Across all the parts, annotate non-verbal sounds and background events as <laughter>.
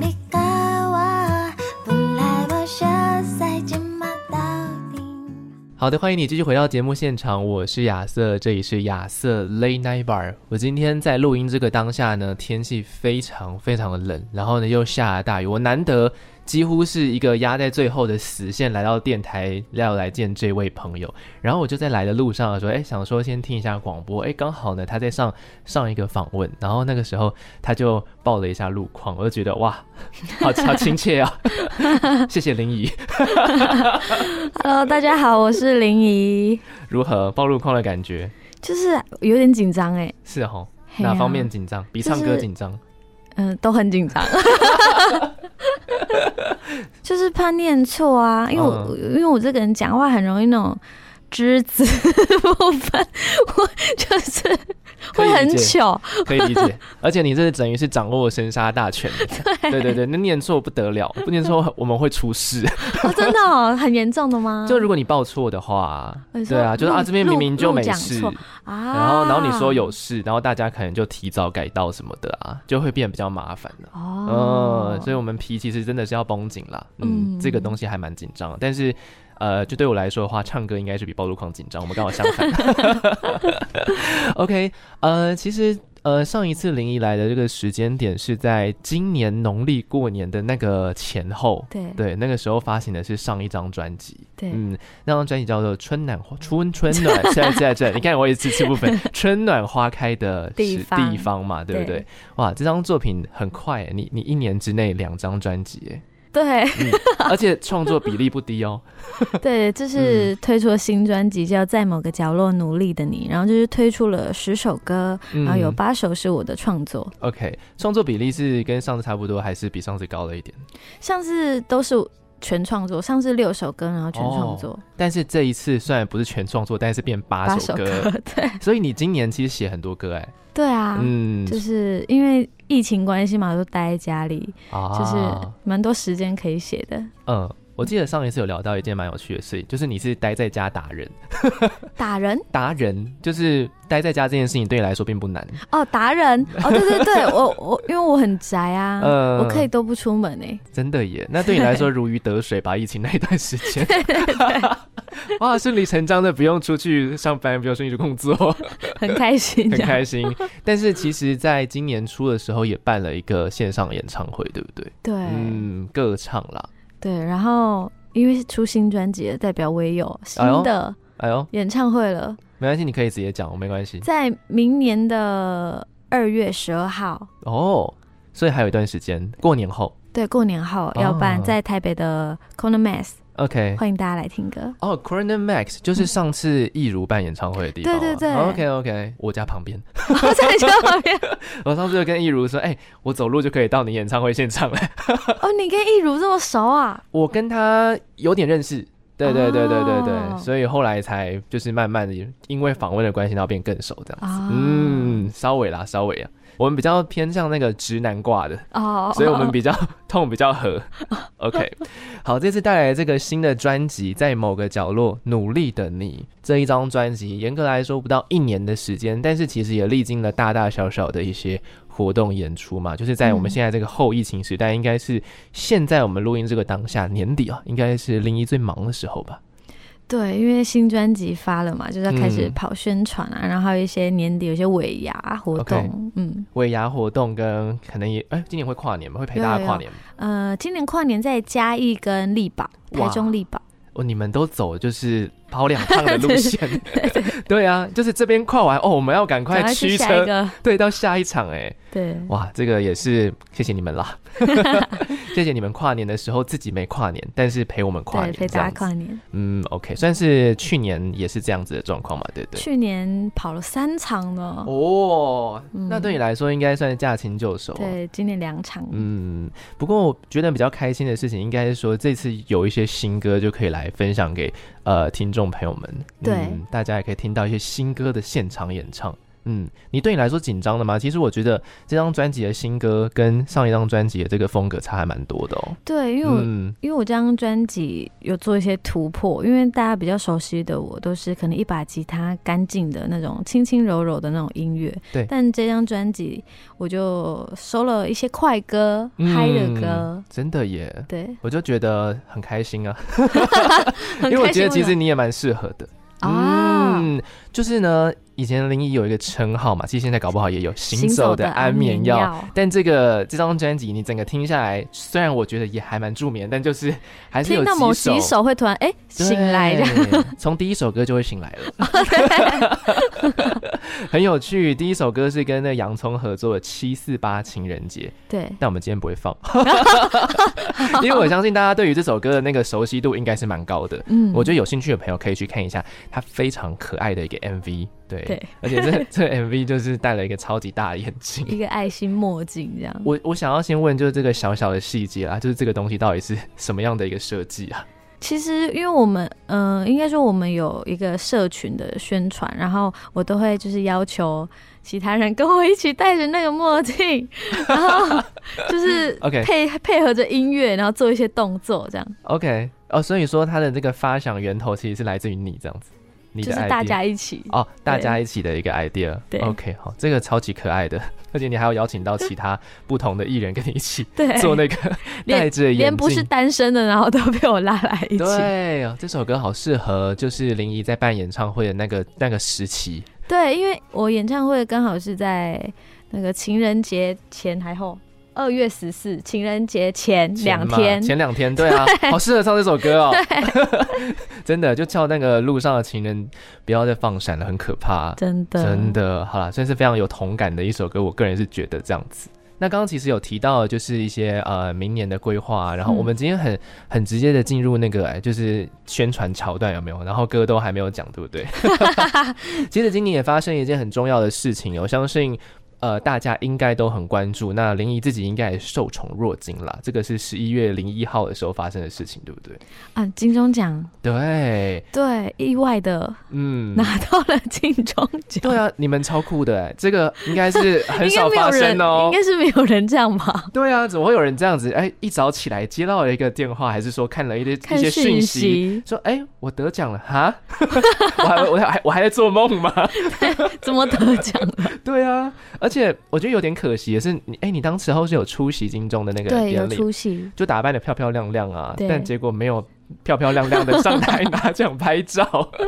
里嘎哇，本来我下赛金马到顶。好的，欢迎你继续回到节目现场，我是亚瑟，这里是亚瑟 Late Night Bar。我今天在录音这个当下呢，天气非常非常的冷，然后呢又下了大雨，我难得几乎是一个压在最后的死线来到电台要来见这位朋友，然后我就在来的路上的时候，哎，想说先听一下广播，哎，刚好呢他在上上一个访问，然后那个时候他就报了一下路况，我就觉得哇，好好亲切啊， <laughs> 谢谢林怡， Hello，大家好，我是林怡，如何报路况的感觉？ <laughs> 就是有点紧张哎，是哦。嘿啊哪方面？紧张？比唱歌紧张？嗯、都很 <laughs> 紧张，就是怕念错啊，因为我、嗯因为我这个人讲话很容易那种只字不分，我就是可以会理很解，糗，可以理解。而且你这等于是掌握生杀大权。对对对，那念错不得了，不念错我们会出事。哦，真的、哦、很严重的吗？就如果你报错的话，你对说啊，就是啊路这边明明就没事，路路讲啊，然后然后你说有事，然后大家可能就提早改道什么的啊，就会变比较麻烦了。哦嗯，，所以我们皮其实真的是要绷紧啦。嗯，嗯这个东西还蛮紧张的，但是。呃，就对我来说的话，唱歌应该是比暴露狂紧张，我们刚好相反。OK，呃，其实呃，上一次林怡来的这个时间点是在今年农历过年的那个前后，对对，那个时候发行的是上一张专辑，对嗯，那张专辑叫做《春暖花春春暖》，现在在这，你看我也是吃不 <laughs> 分，《春暖花开的时地方地方》嘛，对不对？对哇，这张作品很快，你你一年之内两张专辑 <laughs> 耶，对而且创作比例不低 <laughs> 哦。对，嗯就是推出了新专辑叫《在某个角落努力的你》，然后就是推出了十首歌，嗯然后有八首是我的创作， OK，创作比例是跟上次差不多，还是比上次高了一点？上次都是全创作，上次六首歌，然后全创作但是这一次虽然不是全创作，但是变八八首歌，首歌， <laughs> 对 <laughs> 所以你今年其实写很多歌哎，对啊，嗯，就是因为疫情关系嘛，都待在家里，啊就是蛮多时间可以写 <laughs> 的。嗯。我记得上一次有聊到一件蛮有趣的事情，就是你是待在家打人，打人达人就是待在家这件事情对你来说并不难，哦，打人哦，对对对，我我因为我很宅啊， <laughs> 嗯我可以都不出门哎、真的耶。那对你来说如鱼得水吧？疫情那一段时间， <laughs> 哇，顺理成章的不用出去上班，不用出去工作，很开心这很样，开心。但是其实，在今年初的时候也办了一个线上演唱会，对不对？对、嗯，歌唱啦。对，然后。因为是出新专辑了，代表我也有新哎呦的哎呦，演唱会了，没关系，你可以直接讲，我没关系。在明年的二月十二号，哦，所以还有一段时间，过年后对，过年后哦要办在台北的 Corner Mass，、 ，OK。欢迎大家来听歌。 <laughs> 哦 c o r n e r Max 就是上次易如办演唱会的地方啊、嗯对对对 OK OK，我家旁边。我在这旁边，我上次就跟易如说，哎、我走路就可以到你演唱会现场了。 <laughs> 哦，你跟易如这么熟啊？我跟他有点认识，对对对对对对，哦所以后来才就是慢慢的因为访问的关系，然后变更熟这样。啊，嗯，稍微啦，稍微啊，我们比较偏向那个直男挂的，哦，所以我们比较 <laughs> 痛比较合。OK，好， <laughs> 这次带来这个新的专辑《在某个角落努力的你》这一张专辑，严格来说不到一年的时间，但是其实也历经了大大小小的一些活动演出嘛，就是在我们嗯现在这个后疫情时代，应该是现在我们录音这个当下年底啊，应该是零一最忙的时候吧。对，因为新专辑发了嘛，就是要开始嗯跑宣传啊，然后还有一些年底有一些尾牙活 OK 动，嗯，尾牙活动跟可能也哎、今年会跨年吗？会陪有大家有跨年吗？呃，今年跨年在嘉义跟力宝，哇台中力宝，哦，你们都走就是跑两趟的路 <laughs> 线，对啊，就是这边跨完哦，我们要赶赶快去驱下一车，个，对，到下一场哎、对，哇，这个也是谢谢你们 <laughs> 啦，谢谢你们跨年的时候自己没跨年，但是陪我们跨对，年陪这大家样子，跨年。嗯，OK，算是去年也是这样子的状况嘛，对不对？去年跑了三场呢，哦，嗯那对你来说应该算是驾轻就熟、哦对，今年两场，嗯嗯，不过我觉得比较开心的事情，应该是说这次有一些新歌就可以来来分享给呃听众朋友们。对嗯，大家也可以听到一些新歌的现场演唱。嗯，你对你来说紧张的吗？其实我觉得这张专辑的新歌跟上一张专辑的这个风格差还蛮多的哦。对，因为我、嗯，因为我这张专辑有做一些突破，因为大家比较熟悉的我都是可能一把吉他干净的那种轻轻柔柔的那种音乐，对但这张专辑我就收了一些快歌、嗨的歌嗯，真的耶，对，我就觉得很开心 <laughs> 啊，很因为我开觉心得其实你也蛮适合的。啊，嗯，就是呢，以前林一有一个称号嘛，其实现在搞不好也有“行走的安眠药”。药。但这个这张专辑，你整个听下来，虽然我觉得也还蛮助眠，但就是 <laughs> 还是有听到某几几首会突然哎、对醒来这样， <laughs> 从第一首歌就会醒来了， <laughs> 很有趣。第一首歌是跟那洋葱合作的《七四八情人节》， <laughs> 对但我们今天不会放， <laughs> 因为我相信大家对于这首歌的那个熟悉度应该是蛮高的。嗯我觉得有兴趣的朋友可以去看一下，它非常可爱的一个 MV，对，对而且这这 MV 就是戴了一个超级大的眼镜。一个爱心墨镜这样，我我想要先问，就是这个小小的细节啦，就是这个东西到底是 <laughs> 什么样的一个设计啊？其实，因为我们，嗯、应该说我们有一个社群的宣传，然后我都会就是要求其他人跟我一起戴着那个墨镜， <laughs> 然后就是 <laughs> OK 配配合着音乐，然后做一些动作，这样 OK，哦，所以说它的这个发想源头其实是来自于你这样子，你就的是 idea 大家一起。哦，大家一起的一个 idea。对 OK，好，这个超级可爱的，而且你还要邀请到其他不同的艺人跟你一起 <laughs> 对，做那个连戴着眼镜，连不是单身的，然后都被我拉来一起。对，哦这首歌好适合，就是林怡在办演唱会的那个那个时期。对，因为我演唱会刚好是在那个情人节前还后，二月十四情人节前前两嘛天，前两天，对啊，好适合唱这首歌 <laughs> 哦。真的，就叫那个路上的情人不要再放闪了，很可怕。真的真的，好啦，算是非常有同感的一首歌，我个人是觉得这样子。那刚刚其实有提到，就是一些呃明年的规划啊，然后嗯我们今天很很直接的进入那个、哎就是宣传桥段有没有？然后歌都还没有讲，对不 <laughs> 对？其实今年也发生一件很重要的事情，我相信呃大家应该都很关注。那林怡自己应该也受宠若惊啦，这个是十一月零一号的时候发生的事情，对不对？啊，金钟奖对，对，意外的、嗯，拿到了金钟奖。对啊，你们超酷的、哎，这个应该是很应该少没有发人，生哦、应该是没有人这样吧？对啊，怎么会有人这样子？哎，一早起来接到了一个电话，还是说看了一些 <laughs> 看一些讯息，息，说哎，我得奖了 <laughs> 哈？我还我还我还在做梦吗？怎么得奖了？ <laughs> 对啊，而且我觉得有点可惜的是，你哎，你当时候是有出席金钟的那个对，有典礼，出席。就打扮的漂漂亮亮啊，对但结果没有漂漂亮亮的上台拿奖拍照。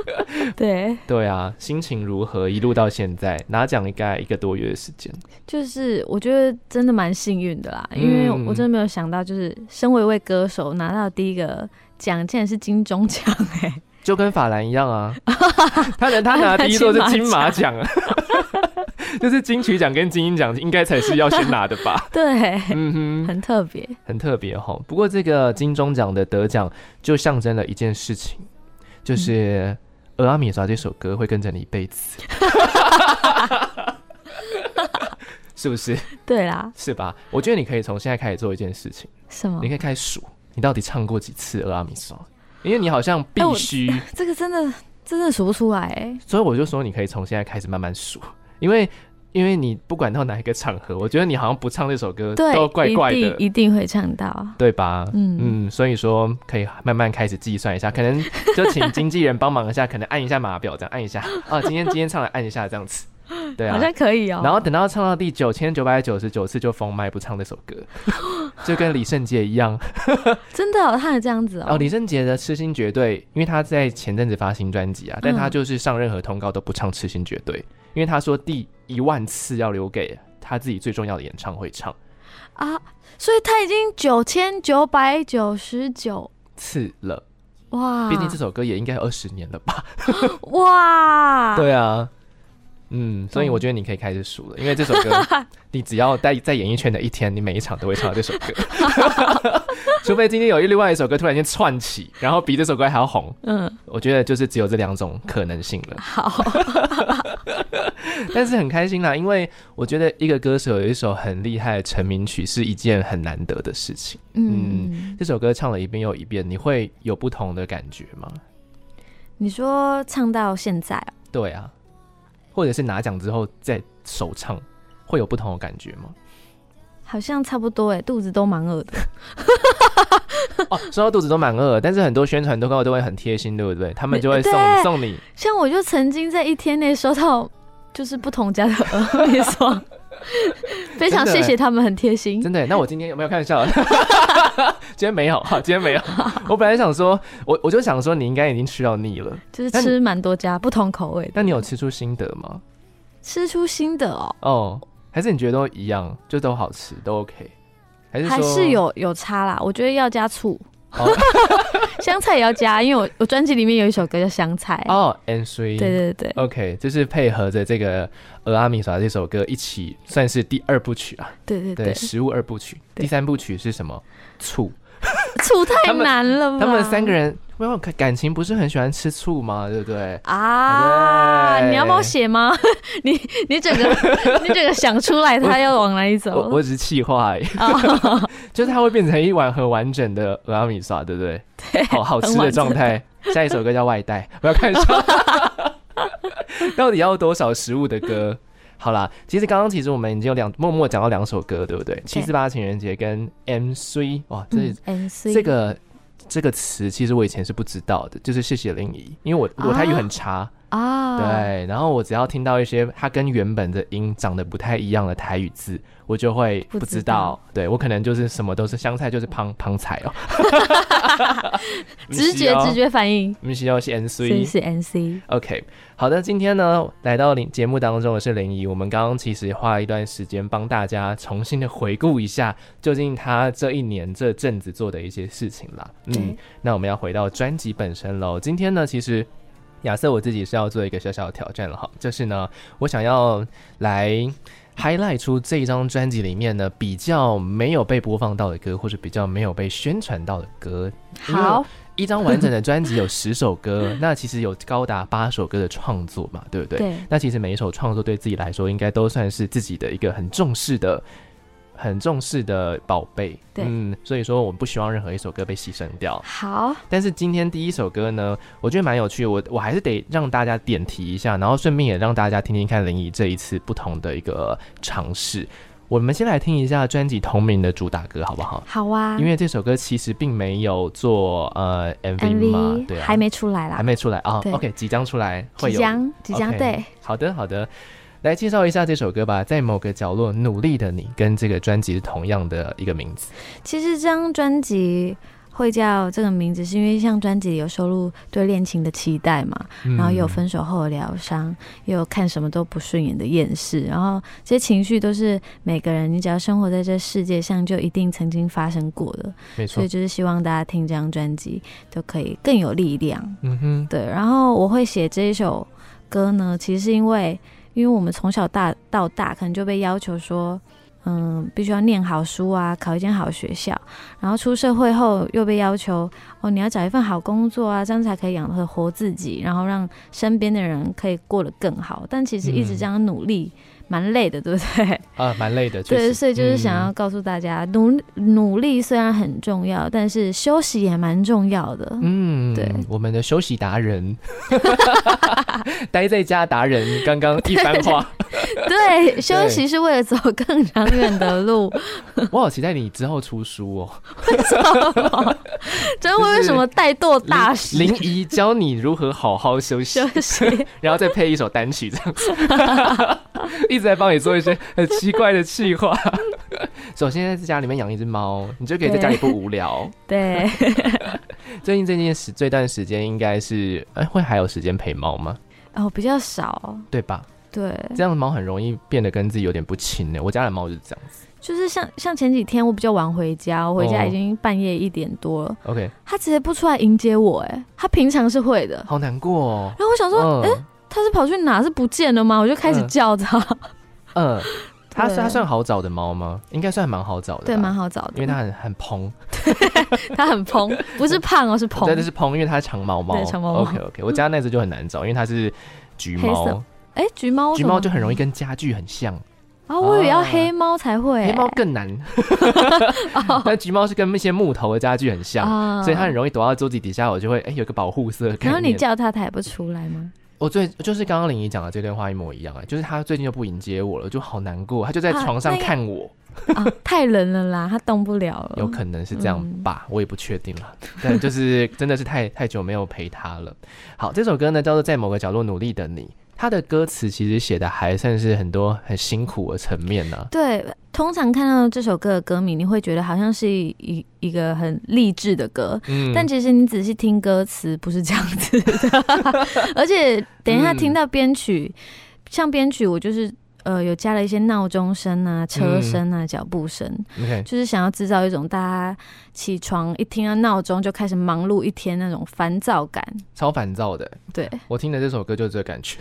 <laughs> 对，对啊，心情如何？一路到现在拿奖应该一个多月的时间。就是我觉得真的蛮幸运的啦，因为嗯我真的没有想到，就是身为一位歌手拿到第一个奖，竟然是金钟奖哎！？就跟法兰一样啊，他能他拿第一座是金马奖，啊 <laughs> 就是金曲奖跟金鹰奖应该才是要先拿的吧 <laughs> <laughs> 对，嗯哼，很特别。很特别哈。不过这个金钟奖的得奖就象征了一件事情，嗯就是《俄阿米莎》这首歌会跟着你一辈 <laughs> 子，是不是？对啦，是吧？我觉得你可以从现在开始做一件事情，什么你？可以开始数你到底唱过几次《俄阿米莎》，因为你好像必哎我须。这个真的真的数不出来哎。所以我就说你可以从现在开始慢慢数， <laughs> 因为因为你不管到哪一个场合，我觉得你好像不唱这首歌对，都怪怪一定的。一定会唱到。对吧？嗯嗯所以说可以慢慢开始计算一下，可能就请经纪人帮忙一下，可能按一下码表，这样按一下啊，今天今天唱了按一下这样 <laughs> 子，对啊好。像可以哦、然后等到唱到第九千九百九十九次就封麦不唱这首歌，就跟李圣杰一样。真的、哦，他有这样子哦、哦，李圣杰的《痴心绝对》，因为他在前阵子发新专辑啊，但他嗯就是上任何通告都不唱《痴心绝对》，因为他说第一万次要留给他自己最重要的演唱会唱啊，所以他已经九千九百九十九次了。哇，毕竟这首歌也应该二十年了吧？<laughs> 哇，对啊，嗯，所以我觉得你可以开始数了，因为这首 <laughs> 歌你只要在在演艺圈的一天，你每一场都会唱到这首歌， <laughs> 除非今天有一另外一首歌突然间窜起，然后比这首歌还要红，嗯，我觉得就是只有这两种可能性了。好， <laughs> 但是很开心啦，因为我觉得一个歌手有一首很厉害的成名曲是一件很难得的事情。嗯，这首歌唱了一遍又一遍，你会有不同的感觉吗？你说唱到现在哦，对啊，或者是拿奖之后再首唱，会有不同的感觉吗？好像差不多哎，肚子都蛮饿的。哦，说到肚子都蛮饿，但是很多宣传都告都会很贴心，对不对？他们就会送对送你，像我就曾经在一天内收到就是不同家的鹅你 <laughs> 说，非常谢谢他们，很贴心。真的耶。欸那我今天有没有开玩 <laughs> 笑？今天没有，哈，今天没有。我本来想说，我我就想说你应该已经吃到腻了，就是那你吃蛮多家不同口味的，那你有吃出心得吗？吃出新的哦，哦，还是你觉得都一样，就都好吃，都 OK？还是还说是有有差啦。我觉得要加醋，哦 <laughs> 香菜也要加，因为我我专辑里面有一首歌叫香菜。哦，and three，哎对对对， OK，就是配合着这个《俄阿米莎》这首歌一起，算是第二部曲啊，对对对，对，食物二部曲。对第三部曲是什么？醋。醋太他们难了吧？他们三个人，没有感情不是很喜欢吃醋吗？对不对？啊，对你要帮我写吗？ <laughs> 你你 <laughs> 整个你整个想出来，他要往哪里我走？我只是气话而已， <laughs> 就是它会变成一碗很完整的俄阿米莎，对不对？对，好好吃的状态。下一首歌叫外带，不要看笑。 <laughs> 到底要多少食物的歌？好啦，其实刚刚其实我们已经有两默默讲到两首歌，对不对？七四八情人节跟 MC，哇，这、嗯，MC 这个这个词其实我以前是不知道的，就是谢谢林怡，因为我我啊台语很差，啊，对，然后我只要听到一些它跟原本的音长得不太一样的台语字，我就会不不知道，知道对我可能就是什么都是香菜，就是胖胖菜 <laughs> 哦， <laughs> 直觉直，觉反应，不是哦，是 N 所以 C。是 NC。 OK，好的，今天呢来到林节目当中的是林怡，我们刚刚其实花了一段时间帮大家重新的回顾一下，究竟她这一年这阵子做的一些事情啦。嗯对，那我们要回到专辑本身喽。今天呢，其实亚瑟我自己是要做一个小小的挑战了哈，就是呢，我想要来 highlight 出这一张专辑里面呢比较没有被播放到的歌，或者比较没有被宣传到的歌，因为好，一张完整的专辑有十首歌，那其实有高达八首歌的创作嘛，对不对？对那其实每一首创作对自己来说，应该都算是自己的一个很重视的、很重视的宝贝。对嗯，所以说我们不希望任何一首歌被牺牲掉。好，但是今天第一首歌呢，我觉得蛮有趣，我我还是得让大家点题一下，然后顺便也让大家听听看林怡这一次不同的一个尝试。我们先来听一下专辑同名的主打歌，好不好？好啊，因为这首歌其实并没有做呃 MV 嘛，对 MV 啊，还没出来还啦，没出来啊、对 OK，即将出来，会即有将即将 OK 对，好的，好的，来介绍一下这首歌吧。在某个角落努力的你，跟这个专辑是同样的一个名字。其实这张专辑会叫这个名字，是因为像专辑里有收录对恋情的期待嘛，嗯然后也有分手后的疗伤，也有看什么都不顺眼的厌世，然后这些情绪都是每个人，你只要生活在这世界上，就一定曾经发生过的，没所错以，就是希望大家听这张专辑都可以更有力量。嗯哼，对，然后我会写这一首歌呢，其实是因为，因为我们从小大到大，可能就被要求说，嗯，必须要念好书啊，考一间好学校，然后出社会后又被要求，哦，你要找一份好工作啊，这样才可以养活活自己，然后让身边的人可以过得更好。但其实一嗯直这样努力，蛮累的，对不对？ <laughs> 啊，蛮累的，确对，实所以就是想要嗯告诉大家，努努力虽然很重要，但是休息也蛮重要的。嗯，对我们的休息达 <laughs> 人，待在家达人，刚刚一番 <laughs> 话， <laughs> 对，休息是为了走更长远 <laughs> 的路。我好期待你之后出书哦。为什么？这为什么怠惰大师？林林怡教你如何好好休息休，息，然后再配一首单曲这样子， <laughs> 一直在帮你做一些很奇怪的气话。 <laughs> 首先在家里面养一只猫，你就可以在家里不无聊。 <laughs> 对，最近这件时这段时间应该是，哎、会还有时间陪猫吗？哦，比较少，对吧？对，这样猫很容易变得跟自己有点不亲的。我家的猫就是这样子。就是像像前几天我比较晚回家，我回家哦已经半夜一点多了， OK，他直接不出来迎接我，哎，他平常是会的。好难过哦。然后我想说，嗯哎、他是跑去哪？是不见了吗？我就开始嗯叫他，嗯，它对它算好找的猫吗？应该算蛮好找的吧，对，蛮好找的，因为它很很蓬， <laughs> 他很蓬，不是胖哦，是蓬真，的是蓬，因为它长毛猫。对长毛猫 OK OK，我家那只就很难找，因为它是橘黑色猫，哎，橘猫为橘什么猫就很容易跟家具很像，啊，我以为要哦黑猫才会欸、黑猫更难。哦 <laughs> 但橘猫是跟一些木头的家具很像，啊所以它很容易躲到桌子底下。我就会哎、有个保护色的概然后念。你叫它，它也不出来吗？ <laughs> 我最就是刚刚林怡讲的这段话一模一样哎、就是他最近就不迎接我了，就好难过。他就在啊床上那个看我，啊，太冷了啦，它动不了了。有可能是这样嗯吧，我也不确定了。但就是真的是太 <laughs> 太久没有陪他了。好，这首歌呢叫做《在某个角落努力的你》，它的歌词其实写的还算是很多很辛苦的层面啊呢、对，通常看到这首歌的歌名，你会觉得好像是一一一个很励志的歌，嗯，但其实你仔细听歌词不是这样子 <laughs> 的，而且等一下嗯听到编曲，像编曲我就是呃有加了一些闹钟声啊、车声啊、脚步声， OK，就是想要制造一种大家起床一听到闹钟就开始忙碌一天那种烦躁感。超烦躁的。对，我听了这首歌就是这个感觉。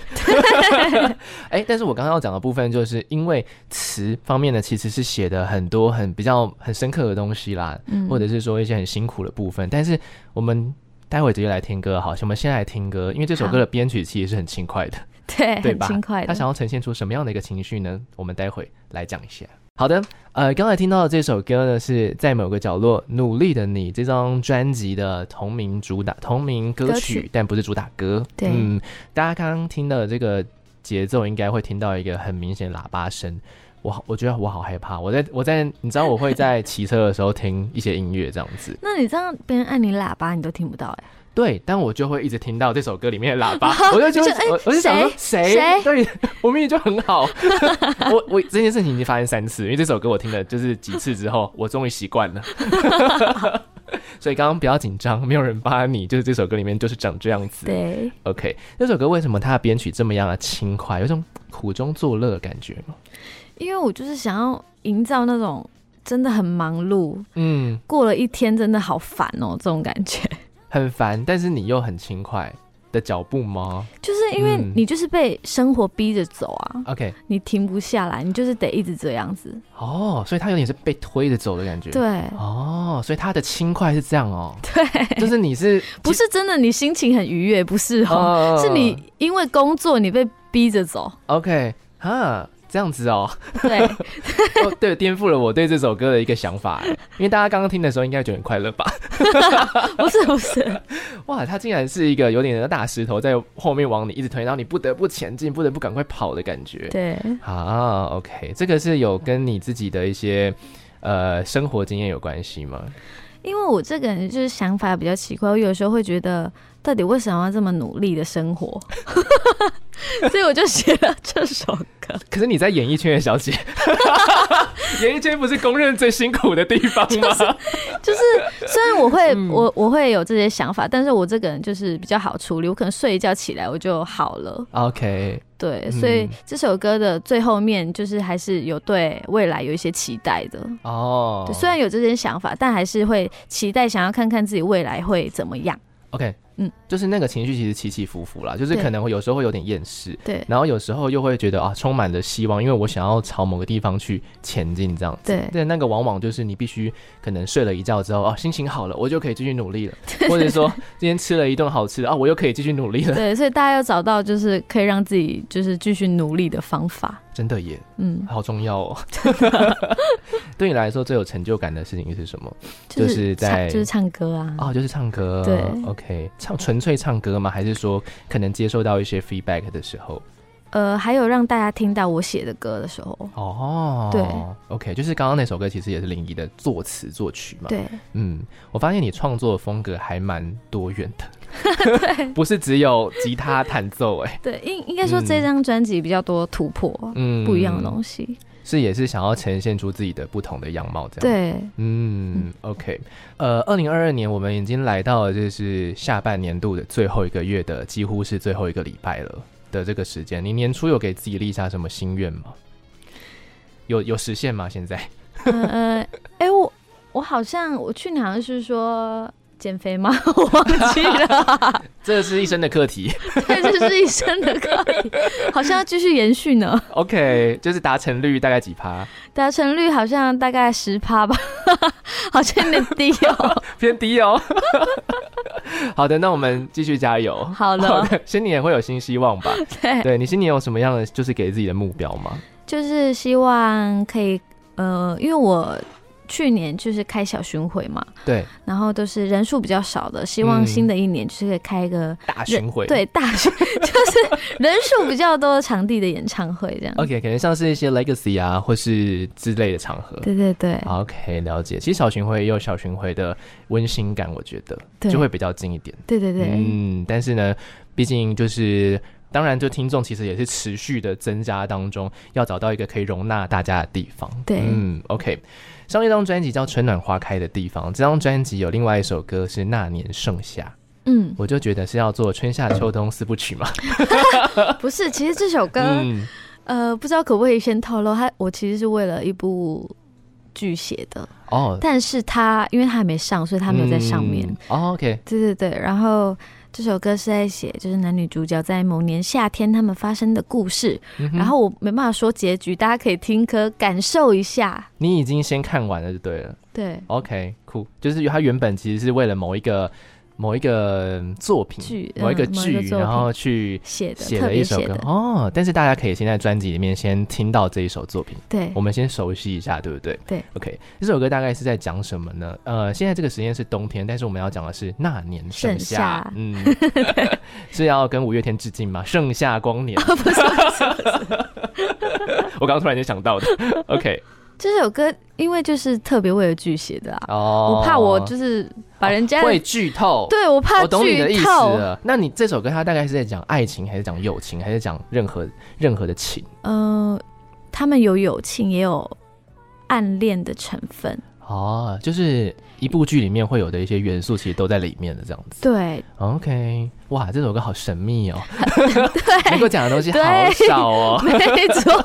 哎、但是我刚刚要讲的部分，就是因为词方面呢，其实是写的很多很比较很深刻的东西啦，嗯或者是说一些很辛苦的部分。但是我们待会直接来听歌，好，我们先来听歌，因为这首歌的编曲其实是很轻快的。对，对很吧轻快他的。想要呈现出什么样的一个情绪呢？我们待会来讲一下。好的，呃，刚才听到的这首歌呢，是在某个角落努力的你这张专辑的同名主打同名歌歌曲，曲但不是主打歌。对嗯，大家刚刚听到的这个节奏，应该会听到一个很明显的喇叭声。我好，我觉得我好害怕。我在我在，你知道我会在骑车的时候听一些音乐这样子，那你这样别人按你喇叭，你都听不到哎、对，但我就会一直听到这首歌里面的喇 <laughs> 叭，我就觉就得哎我我就想说谁谁对 <laughs> 我明明就很好， <laughs> 我我这件事情已经发生三次，因为这首歌我听了就是几次之后，我终于习惯了。 <laughs> 所以刚刚不要紧张，没有人扒你，就是这首歌里面就是长这样子。对， OK，这首歌为什么它的编曲这么样的轻快，有种苦中作乐的感觉吗？因为我就是想要营造那种真的很忙碌，嗯，过了一天真的好烦哦、这种感觉。 <laughs> 很烦，但是你又很轻快的脚步吗就是因为嗯你就是被生活逼着走啊， ？OK，你停不下来，你就是得一直这样子。哦，所以它有点是被推着走的感觉。对哦，所以它的轻快是这样哦，对，就是你是不是真的你心情很愉悦，不是哦，哦是你因为工作你被逼着走。 OK 哈。这样子哦， <laughs> 对，哦对，颠覆了我对这首歌的一个想法哎，因为大家刚刚听的时候应该觉得很快乐吧？ <laughs> <laughs> 不是不是，哇，它竟然是一个有点像大石头在后面往你一直推，然后你不得不前进，不得不赶快跑的感觉。对啊，OK，这个是有跟你自己的一些呃生活经验有关系吗？因为我这个人就是想法比较奇怪，我有时候会觉得，到底为什么要这么努力的 <laughs> 生活？所以我就写了这首歌。可是你在演艺圈的小姐， <laughs> 演艺圈不是公认最辛苦的地方吗？ <laughs> 就是虽然我会嗯我我会有这些想法，但是我这个人就是比较好处理，我可能睡一觉起来我就好了。 OK，对，嗯所以这首歌的最后面就是还是有对未来有一些期待的。哦，对，虽然有这些想法，但还是会期待，想要看看自己未来会怎么样。 OK，嗯嗯，就是那个情绪其实起起伏伏啦，就是对可能会有时候会有点厌世， <laughs> 对然后有时候又会觉得啊，充满了希望，因为我想要朝某个地方去前进这样子。对但那个往往就是你必须可能睡了一觉之后啊，心情好了，我就可以继续努力了，或者说今天吃了一顿好吃的啊，我又可以继续努力 <laughs> 了。对，所以大家要找到就是可以让自己就是继续努力的方法。真的耶，嗯，好重要哦。 <laughs> 对你来说最有成就感的事情是什么？就就是是唱在就是唱歌啊。哦，就是唱歌。对，OK，唱纯粹唱歌吗？还是说可能接受到一些 feedback 的时候？呃，还有让大家听到我写的歌的时候，哦，对，OK，就是刚刚那首歌其实也是林怡的作词作曲嘛。，对嗯，我发现你创作的风格还蛮多元的， <laughs> 不是只有吉他弹奏、哎，对，应应该说这嗯张专辑比较多突破，嗯，不一样的东西。是也是想要呈现出自己的不同的样貌，这样。，对，嗯，OK，呃，二零二二年我们已经来到了就是下半年度的最后一个月的，几乎是最后一个礼拜了的这个时间，你年初有给自己立下什么心愿吗？有有实现吗？现在？呃 <laughs> 嗯呃，哎、我我好像我去年好像是说减肥吗？ <laughs> 我忘记了， <laughs> 这是一生的课题。对，这是一生的课题，好像要继续延续呢。嗯 OK，就是达成率大概几趴？达成率好像大概十趴吧， <laughs> 好像有点低哦。 <laughs> 偏低哦。 <laughs> 好的，那我们继续加油。好了，的，新年会有新希望吧？ <laughs> 对，对你新年有什么样的就是给自己的目标吗？ <laughs> 就是希望可以，呃，因为我去年就是开小巡回嘛，对，然后都是人数比较少的，希望嗯新的一年就是可以开一个大巡回。对大巡， <laughs> 就是人数比较多的场地的演唱会这样。 ，OK，可能像是一些 Legacy 啊，或是之类的场合。对对对， OK，了解。其实小巡回也有小巡回的温馨感，我觉得对就会比较近一点。对对对，嗯，但是呢，毕竟就是。当然，就听众其实也是持续的增加当中，要找到一个可以容纳大家的地方。对嗯，OK。上一张专辑叫《春暖花开的地方》，这张专辑有另外一首歌是《那年盛夏》，嗯，我就觉得是要做春夏秋冬四部曲嘛。不是，其实这首歌，嗯，呃，不知道可不可以先透露，它我其实是为了一部剧写的，哦，但是它因为它还没上，所以它没有在上面。嗯哦，OK，对对对，然后这首歌是在写，就是男女主角在某年夏天他们发生的故事。嗯哼然后我没办法说结局，大家可以听歌感受一下。你已经先看完了就对了。对， OK，酷，就是他原本其实是为了某一个某一个嗯作品、剧某一个嗯某一剧个，作然品后去写的写特了一别首写歌的，哦。但是大家可以先在专辑里面先听到这一首作品，对我们先熟悉一下，对不对？对，OK，这首歌大概是在讲什么呢？呃，现在这个时间是冬天，但是我们要讲的是那年盛盛夏嗯， <laughs> 是要跟五月天致敬吗？盛夏光年，哦不是， <laughs> 我刚突然间想 <laughs> 到的。OK，这首歌，因为就是特别为了剧写的啊，哦，我怕我就是把人家的、会剧透，对我怕我懂你的意剧思透，了。那你这首歌它大概是在讲爱情，还是讲友情，还是讲任何任何的情？嗯、他们有友情，也有暗恋的成分， <laughs> 哦，就是一部剧里面会有的一些元素，其实都在里面的这样子。对 OK，哇，这首歌好神秘哦， <laughs> 能够 <laughs> 对，讲的东西对好少哦。没错，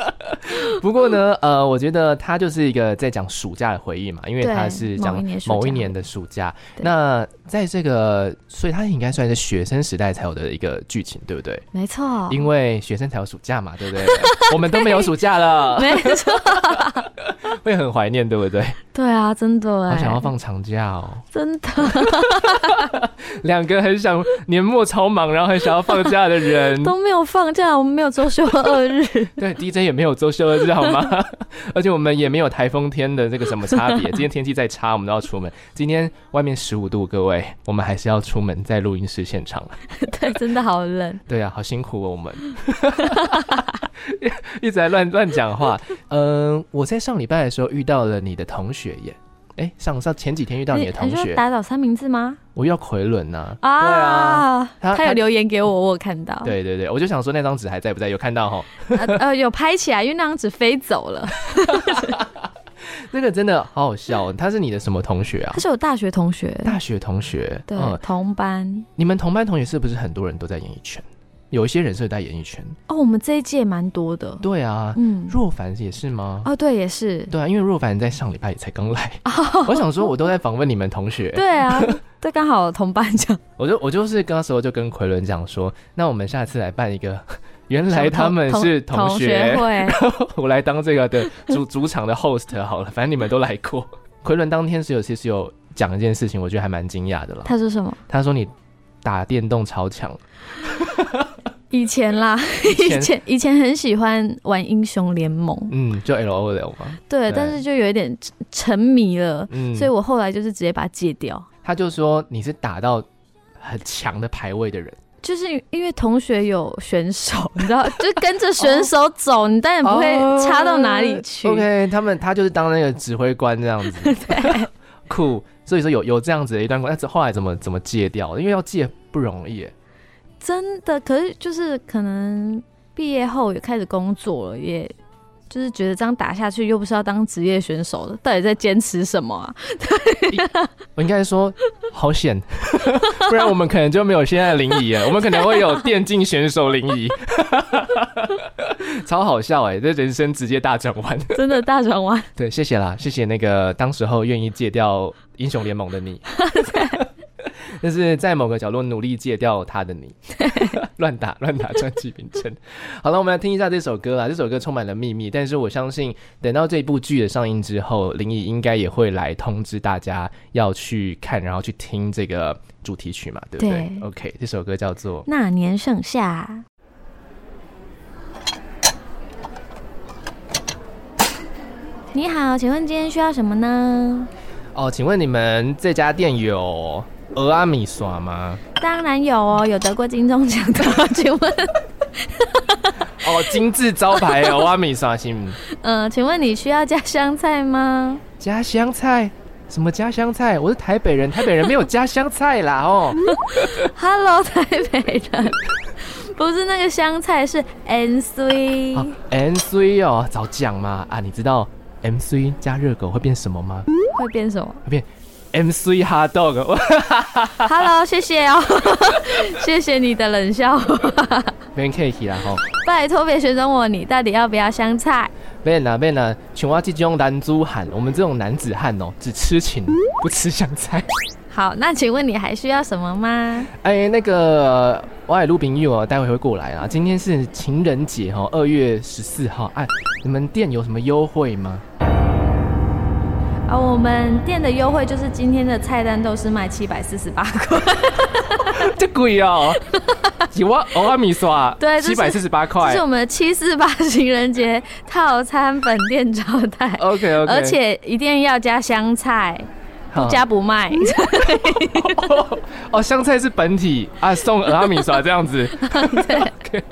<laughs> 不过呢，呃，我觉得它就是一个在讲暑假的回忆嘛，因为对它是某一讲年暑假某一年的暑假。对那在这个，所以它应该算是学生时代才有的一个剧情，对不对？没错，因为学生才有暑假嘛， <laughs> 对不对？我们都没有暑假了， <laughs> 没错，会很怀念，对不对？对啊，真的哎，好想要放长假哦，真的，，两个很想年末超忙，然后很想要放假的人 <laughs> 都没有放假，我们没有周休二 <laughs> 日。对 DJ 也没有周休二日好吗？ <laughs> 而且我们也没有台风天的这个什么差 <laughs> 别，今天天气再差，我们都要出门。今天外面十五度，各位，我们还是要出门，在录音室现场。对，真的好冷。对啊，好辛苦哦，我们 <laughs> 一直在乱乱讲话。嗯，我在上礼拜的时候遇到了你的同学耶。哎、上上前几天遇到你的同说学，打倒三明治吗？我遇到奎伦呐、啊，他他他有留言给我，我有看到。对对对，我就想说那张纸还在不在？有看到哈，呃，呃，有拍起来，因为那张纸飞走 <laughs> 了。那个真的好好笑、嗯哦。他是你的什么同学啊他？是我大学同学，大呃学同学。嗯对，，同班。你们同班同学是不是很多人都在演艺圈？有一些人是在演艺圈。哦，我们这一届蛮多的。对啊，嗯，若凡也是吗？哦，对，也是。对啊，因为若凡在上礼拜也才刚来， <laughs> 我想说，我都在访问你们同学，<laughs> 对啊，这刚好同班讲。我就我就是刚时候就跟奎伦讲说，那我们下次来办一个， <laughs> 原来他们是同同学学，会， <laughs> 我来当这个的主主场的 host 好了，反正你们都来 <laughs> 过。奎伦当天是有其实有讲一件事情，我觉得还蛮惊讶的啦。他说什么？他说你打电动超强，以前啦，前 <laughs> 以前以前很喜欢玩英雄联盟，嗯，就 L O L 嘛，对对，但是就有一点沉迷了，嗯，所以我后来就是直接把它戒掉。他就说你是打到很强的排位的人，就是因为同学有选手， <laughs> 你知道，就跟着选手走，你当然不会差到哪里去。哦 OK，他们他就是当那个指挥官这样子， <laughs> 对，酷。所以说有有这样子的一段关，但是后来怎么怎么戒掉的？因为要戒不容易耶，真的。可是就是可能毕业后也开始工作了，也就是觉得这样打下去又不是要当职业选手的，到底在坚持什么啊？ <laughs> 我应该说好险， <laughs> 不然我们可能就没有现在的临沂了，我们可能会有电竞选手临沂， <laughs> 超好笑哎，这人生直接大转弯。真的大转弯。对，谢谢啦，谢谢那个当时候愿意戒掉英雄联盟的你。就是在某个角落努力戒掉它的你。 <laughs> 乱打乱打专辑名称。好了，我们来听一下这首歌啦。这首歌充满了秘密，但是我相信等到这部剧的上映之后，林怡应该也会来通知大家要去看，然后去听这个主题曲嘛，对不对对 o k 这首歌叫做那年盛夏，你好，请问今天需要什么呢？哦，请问你们这家店有俄阿米耍吗？当然有哦，有得过金钟奖的，请问，哦，精致招 <laughs> 牌俄阿米耍行。呃，请问你需要加香菜吗？家乡菜？什么家乡菜？我是台北人，台北人没有家乡菜啦哦。 Hello，台北人，不是那个香菜，是 N C，、好，MC 啊哦，早讲嘛啊！你知道 MC 加热狗会变什么吗？会变什么会变 MC hot dog。哇？Hello，谢谢哦， <laughs> 谢谢你的冷笑话，变 cake 啦哦吼，拜托别选中我，你到底要不要香菜？变啦变啦，像我这种男子汉，我们这种男子汉哦，只吃芹不吃香菜。 <laughs> 好，那请问你还需要什么吗？哎，那个我海陆平友哦，待会会过来啦。今天是情人节哦，二月十四号。哎、你们店有什么优惠吗？啊，我们店的优惠就是今天的菜单都是卖七百四十八 <laughs> 块，这贵 <laughs> 哦，有啊，欧阿米刷，对这七是百四十八这块是。我们的七四八情人节套餐本店招待， OK OK，而且一定要加香菜，好加不嗯卖。哦，香菜是本体啊，送俄阿米 <laughs> 刷这样子。对 OK，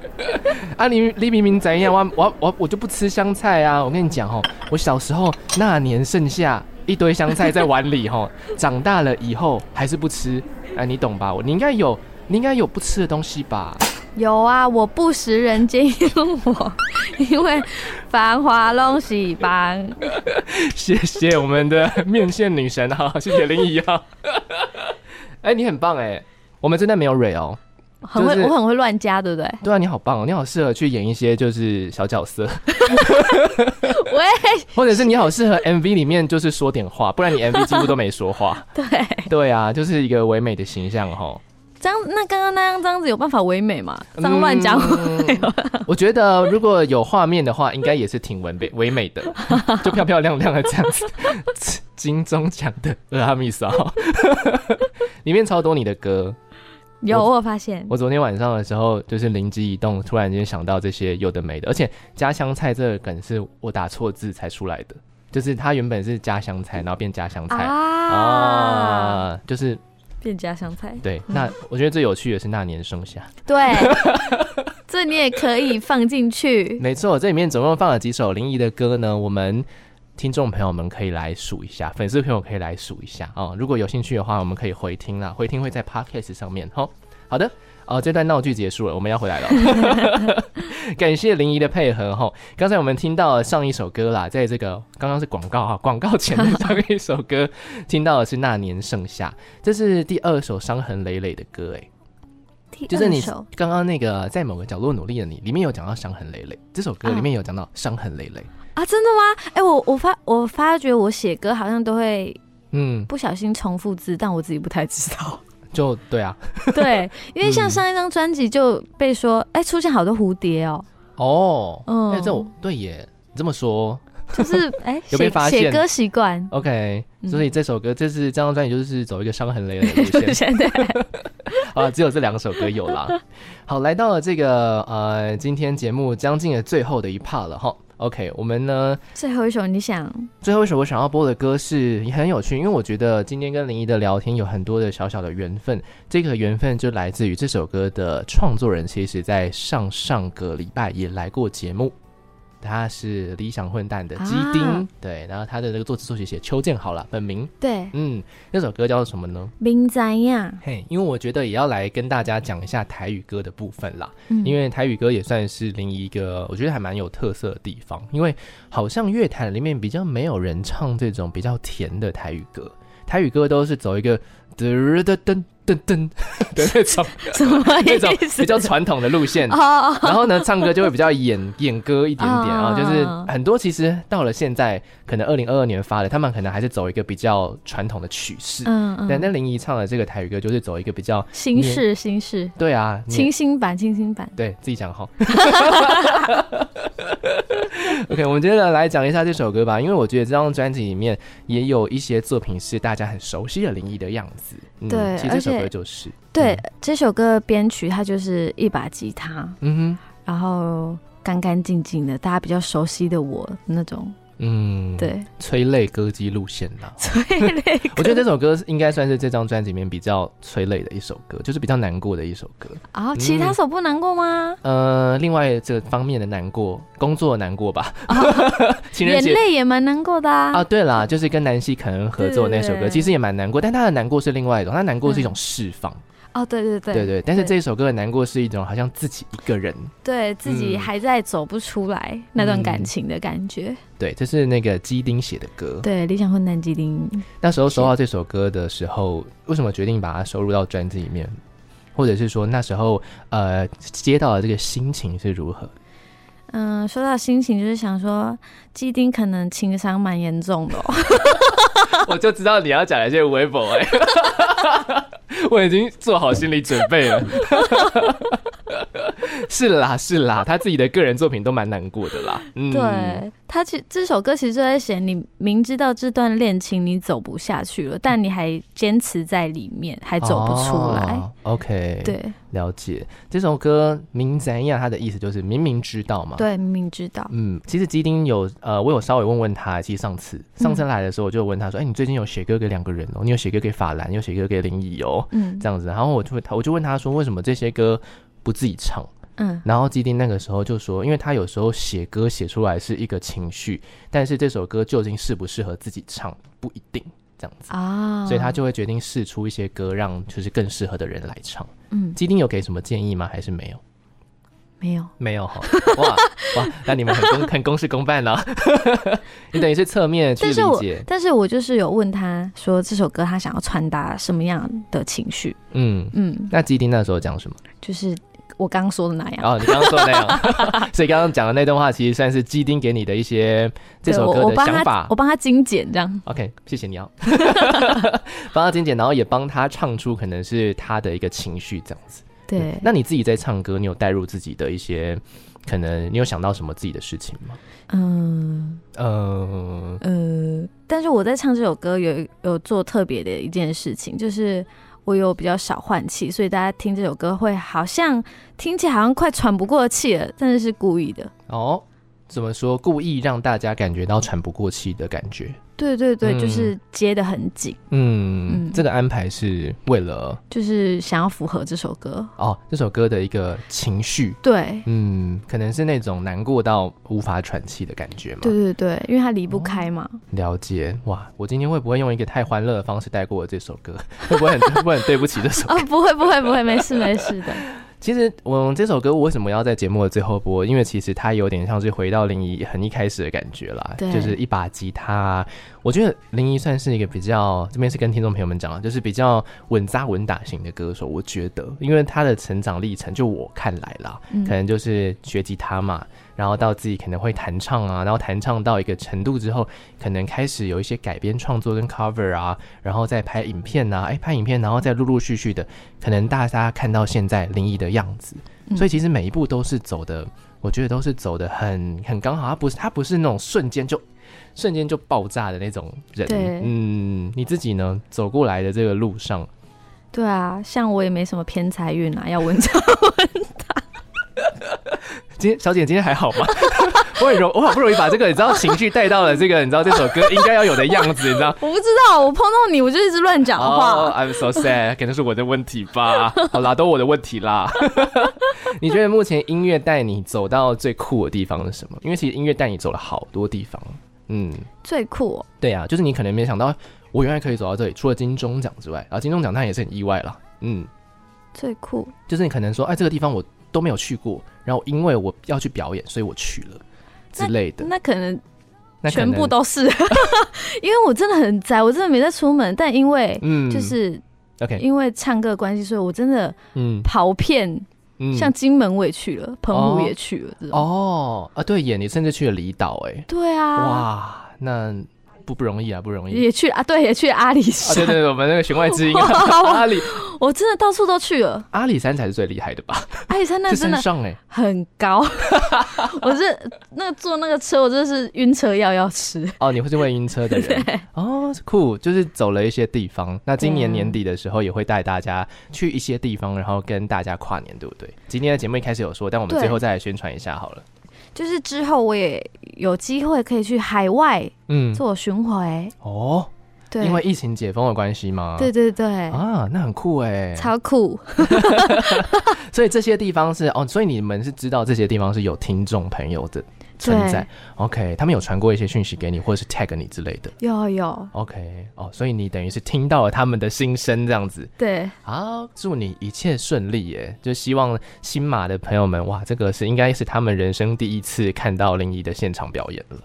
啊，你你明明怎样？我我我我就不吃香菜啊！我跟你讲哦，我小时候那年盛夏一堆香菜在碗里 <laughs> 哦，长大了以后还是不吃，啊，你懂吧？我你应该有，你应该有不吃的东西吧？ <laughs> 有啊，我不食人间烟火，因为繁华弄喜帮。谢谢我们的面线女神哈， <laughs> 谢谢林怡哈。哎、你很棒哎、我们真的没有蕊哦。很会，就是我很会乱加，对不对？对啊，你好棒哦，你好适合去演一些就是小角色，喂，或者是你好适合 MV 里面就是说点话，不然你 MV 几乎都没说话。对，对啊，就是一个唯美的形象哦哈。张那刚刚那样这样子有办法唯美吗？这样乱讲，嗯我觉得如果有画面的话，应该也是挺唯美唯美的，就漂漂亮亮的这样子。 <laughs> 金钟奖的《阿米莎》哦 <laughs> 里面超多你的歌，有我我有发现，我昨天晚上的时候，就是灵机一动，突然间想到这些有的没的，而且加香菜这个梗是我打错字才出来的，就是它原本是加香菜，然后变加香菜啊，啊，就是变加香菜，对。那我觉得最有趣的是那年盛夏，对，这你也可以放进去。没错，这里面总共放了几首林怡的歌呢，我们。听众朋友们可以来数一下，粉丝朋友可以来数一下哦。如果有兴趣的话，我们可以回听啦，回听会在 podcast 上面哈、哦。好的，哦，这段闹剧结束了，我们要回来了。 <laughs> 感谢林怡的配合哈。刚才我们听到了上一首歌啦，在这个刚刚是广告啊，广告前的上一首歌，听到的是《那年盛夏》，这是第二首伤痕累累的歌哎、第 <laughs> 就是二你首，刚刚那个在某个角落努力的你，里面有讲到伤痕累累，这首歌啊里面有讲到伤痕累累，啊，真的吗？哎、我我发我发觉我写歌好像都会嗯，不小心重复字，但我自己不太知 <laughs> 道。就对啊，对，因为像嗯上一张专辑就被说，哎、出现好多蝴蝶哦、哦，嗯哎、这我对耶，你这么说 <laughs> 就是哎，有被写发写现歌 <laughs> 习惯， ，OK，嗯所以这首歌这是这张专辑就是走一个伤痕累累的路 <laughs> 线现在啊，只有这两首歌有啦。好，来到了这个呃，今天节目将近的最后的一 part 了哈。OK，我们呢最后一首你想最后一首我想要播的歌是也很有趣，因为我觉得今天跟林怡的聊天有很多的小小的缘分，这个缘分就来自于这首歌的创作人，其实在上上个礼拜也来过节目。他是理想混蛋的基丁，啊对，然后他的这个作词作曲写邱建好了，本名，对嗯，那首歌叫做什么呢？明怎样？嘿，因为我觉得也要来跟大家讲一下台语歌的部分啦。嗯因为台语歌也算是另一个我觉得还蛮有特色的地方，因为好像乐坛里面比较没有人唱这种比较甜的台语歌，台语歌都是走一个噔噔噔噔噔 <laughs> 的那种 <laughs> <laughs> 什么那种意思？比较传统的路线。哦，然后呢，唱歌就会比较演 <laughs> 演歌一点点啊、啊就是很多其实到了现在，可能二零二二年发的，他们可能还是走一个比较传统的曲式。嗯但嗯，那林怡唱的这个台语歌，就是走一个比较新式新式，对啊，你清新版清新版，对自己讲好。OK，我们接着来讲一下这首歌吧，因为我觉得这张专辑里面也有一些作品是大家很熟悉的林怡的样子。嗯对其实这首而歌且就是对，这首歌编曲它就是一把吉他，嗯哼，然后干干净净的，大家比较熟悉的我那种，嗯，， <laughs> 对，催泪歌姬路线啦。所以那个我觉得这首歌应该算是这张专辑里面比较催泪的一首歌，就是比较难过的一首歌。啊，其他首不难过吗？呃，另外这方面的难过，工作的难过吧，哦 <laughs> 情人眼节。泪也蛮难过的啊啊，，对啦，就是跟南希可能合作的那首对对歌，对其实也蛮难过，但他的难过是另外一种，他难过是一种释放，哦，对对对对对。但是对这首歌的难过是一种好像自己一个人，对自己嗯还在走不出来那段感嗯情的感觉。对，这是那个基丁写的歌。对，理想混蛋基丁，那时候收到这首歌的时候，为什么决定把它收入到专辑里面，或者是说那时候呃接到的这个心情是如何？嗯，说到心情，就是想说基丁可能情商蛮严重的、哦，我就知道你要讲一些微博哎，我已经做好心理准备了。是啦是啦，他自己的个人作品都蛮难过的啦。嗯，对他其这首歌其实就在写你明知道这段恋情你走不下去了，但你还坚持在里面，还走不出来。哦 OK，，对了解。这首歌明怎样？它的意思就是明明知道嘛。。对，明明知道，嗯，其实基丁有呃，我有稍微问问他，其实上次上嗯次来的时候，我就问他说：“哎、你最近有写歌给两个人哦，你有写歌给法兰，你有写歌给林怡哦，嗯这样子。”然后我就他我就问他说：“为什么这些歌不自己唱？”嗯然后基丁那个时候就说，因为他有时候写歌写出来是一个情绪，但是这首歌究竟适不适合自己唱不一定这样子，啊，所以他就会决定试出一些歌让就是更适合的人来唱。嗯基丁有给什么建议吗？还是没有？没有，没有哈， <laughs> 哇哇，那你们很公很公事公办呢、 <laughs> 你等于是侧面去但是理我解，但是我就是有问他说这首歌他想要传达什么样的情绪，嗯。嗯，那基丁那时候讲什么？就是我刚说的那样。哦，你刚刚说的那样， <laughs> 所以刚刚讲的那段话其实算是基丁给你的一些这对首我歌我的帮想法他，我帮他精简这样， OK，谢谢你啊， <laughs> 帮他精简，然后也帮他唱出可能是他的一个情绪这样子。对嗯，那你自己在唱歌，你有带入自己的一些，可能你有想到什么自己的事情吗？嗯呃，呃，但是我在唱这首歌有有做特别的一件事情，就是我有比较少换气，所以大家听这首歌会好像听起来好像快喘不过气了，但是是故意的。哦，怎么说？故意让大家感觉到喘不过气的感觉。对对对，嗯就是接的很紧，嗯，嗯这个安排是为了就是想要符合这首歌。哦这首歌的一个情绪。对嗯，可能是那种难过到无法喘气的感觉嘛。对对对，因为它离不开嘛。了解哇！我今天会不会用一个太欢乐的方式带过这首歌？ <laughs> 会不会很会不会很对不起这首？ <laughs> 啊、不会不会不会，没事没事的。其实我们这首歌我为什么要在节目的最后播？因为其实它有点像是回到林怡很一开始的感觉啦，对就是一把吉他啊。我觉得林怡算是一个比较，这边是跟听众朋友们讲啊，就是比较稳扎稳打型的歌手。我觉得，因为她的成长历程，就我看来啦，嗯可能就是学吉他嘛，然后到自己可能会弹唱啊，然后弹唱到一个程度之后，可能开始有一些改编创作跟 cover 啊，然后再拍影片呐、啊，哎，拍影片，然后再陆陆续续的，可能大家看到现在林异的样子，嗯所以其实每一步都是走的，我觉得都是走的很很刚好，他不是他不是那种瞬间就瞬间就爆炸的那种人对，嗯，你自己呢走过来的这个路上，对啊，像我也没什么偏财运啊，要文章。今天小姐今天还好吗？ <laughs> 我很容我好不容易把这个你知道情绪带到了这个你知道这首歌应该要有的样子，你知道。 <laughs> 我不知道，我碰到你我就一直乱讲话。哦、i m so sad，可能是我的问题 <laughs> 吧。好啦，都我的问题啦。你觉得目前音乐带你走到最酷的地方是什么？因为其实音乐带你走了好多地方。嗯，最酷哦、对啊，就是你可能没想到，我原来可以走到这里。除了金钟奖之外，啊，金钟奖当然也是很意外啦。嗯，最酷就是你可能说，哎，这个地方我都没有去过，然后因为我要去表演，所以我去了之类的。那可能那可全能 <laughs> 部都是，因为我真的很宅，我真的没在出门，但因为嗯就是 OK，因为唱歌的关系，所以我真的嗯跑遍，嗯，像金门我也去了，澎湖也去了，这种。哦啊，对耶，你甚至去了离岛，哎，对啊，哇，那不不容易啊，不容易。也去啊，对，也去阿里啊， <laughs> 对对山，对，我们那个弦外之音啊， <laughs> 哇阿里我真的到处都去了。阿里山才是最厉害的吧？阿里山那在真山的上哎，很高， <laughs> 我这那个坐那个车，我真的是晕车药要吃。哦，你会是会晕车 <laughs> 的人哦，酷，就是走了一些地方。那今年对啊年底的时候也会带大家去一些地方，然后跟大家跨年，对不对？今天的节目一开始有说，但我们对最后再来宣传一下好了。就是之后我也有机会可以去海外嗯，做巡回，哦，对，因为疫情解封的关系吗？对对对，啊，那很酷哎。超酷。所以这些地方是哦，所以你们是知道这些地方是有听众朋友的存在。OK，他们有传过一些讯息给你，或者是 tag 你之类的。有有， OK，哦，所以你等于是听到了他们的心声这样子。对，哦好，祝你一切顺利耶！就希望新马的朋友们，哇，这个是应该是他们人生第一次看到林怡的现场表演 <laughs> 了，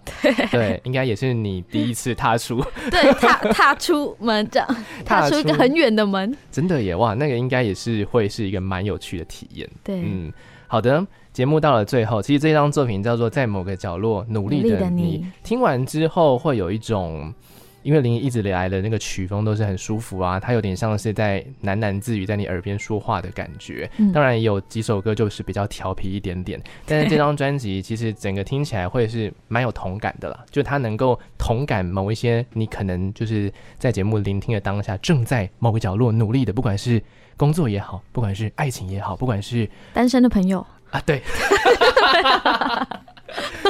对，应该也是你第一次踏出，对，踏踏出门 <laughs> 这样， <laughs> 踏出一个很远的门。真的耶，哇，那个应该也是会是一个蛮有趣的体验。对，嗯，好的，节目到了最后，其实这张作品叫做《在某个角落努力努力的的你》你听完之后会有一种。因为林怡一直以来的那个曲风都是很舒服啊，它有点像是在喃喃自语在你耳边说话的感觉。嗯当然也有几首歌就是比较调皮一点 <laughs> 点，但是这张专辑其实整个听起来会是蛮有同感的啦，就 <laughs> 它能够同感某一些你可能就是在节目聆听的当下正在某个角落努力的，不管是工作也好，不管是爱情也好，不管是单身的朋友，啊，对，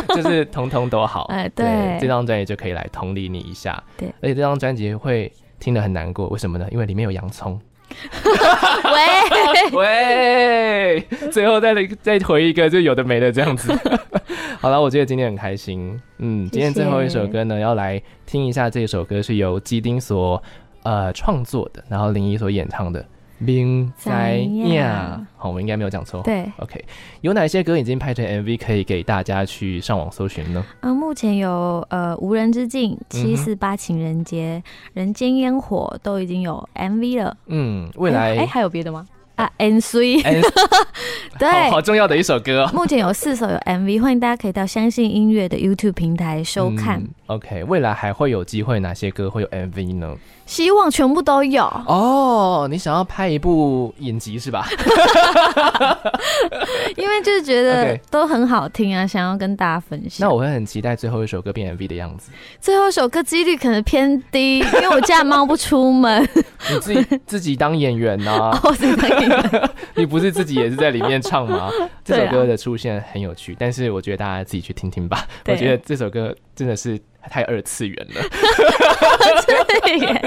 就是通通都好。哎对这张专辑就可以来同理你一下。对而且这张专辑会听得很难过，为什么呢？因为里面有洋葱。嗯 <laughs> 喂，喂， <laughs> 最后再来再回一个，就有的没的这样子。 <laughs> 好了，我觉得今天很开心。嗯，今天最后一首歌呢，要来听一下这首歌是由基丁所呃创作的，然后林怡所演唱的《冰在知呀影》。好，我应该没有讲错。对， OK，有哪些歌已经拍成 MV 可以给大家去上网搜寻呢？嗯，目前有呃《无人之嗯境》、《七四八情人节》、人间烟火》都已经有 MV 了。嗯，未来哎、还有别的吗？啊，N C， <laughs> 哎好对 <laughs> 好，重要的一首歌、哦。目前有四首有 MV，欢迎大家可以到相信音乐的 YouTube 平台收看。嗯 OK，未来还会有机会哪些歌会有 MV 呢？希望全部都有，哦，你想要拍一部影集是 <laughs> 吧？因为就是觉得 OK 都很好听啊，想要跟大家分享。那我会很期待最后一首歌变 MV 的样子。最后一首歌几率可能偏低，因为我家猫不出门，你自 <laughs> 己自己当演员呐、我只能给你你不是自己也是在里面唱吗？这 <laughs> 对首啊歌的出现很有趣，但是我觉得大家自己去听听吧。我对觉得这首歌真的是太二次元了。对耶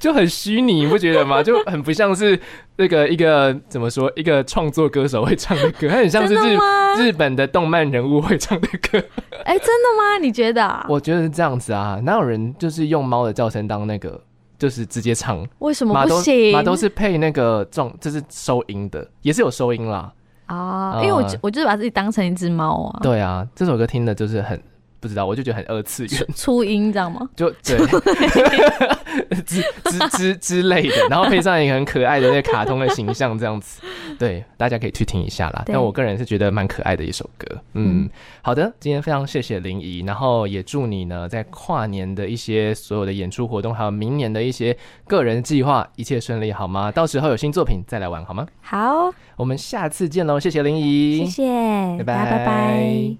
就很虚拟，你不觉得吗？ <laughs> 就很不像是那个一个怎么说，一个创作歌手会唱的歌，它很像真是的日吗？日本的动漫人物会唱的歌。 <laughs> 哎、真的吗？你觉得、啊？我觉得是这样子啊，哪有人就是用猫的叫声当那个，就是直接唱？为什么马不都行？马都是配那个撞，就是收音的，也是有收音啦。啊，呃因为我就我就是把自己当成一只猫啊，对啊，这首歌听的就是很不知道，我就觉得很二次元。初音，你知道吗？ <laughs> 就对，之之之之类的，然后配上一个很可爱的那个卡通的形象，这样子，对，大家可以去听一下啦。对但我个人是觉得蛮可爱的一首歌，嗯，好的，今天非常谢谢林怡，然后也祝你呢在跨年的一些所有的演出活动，还有明年的一些个人计划，一切顺利好吗？到时候有新作品再来玩好吗？好，我们下次见喽，谢谢林怡，谢拜谢，大家拜拜。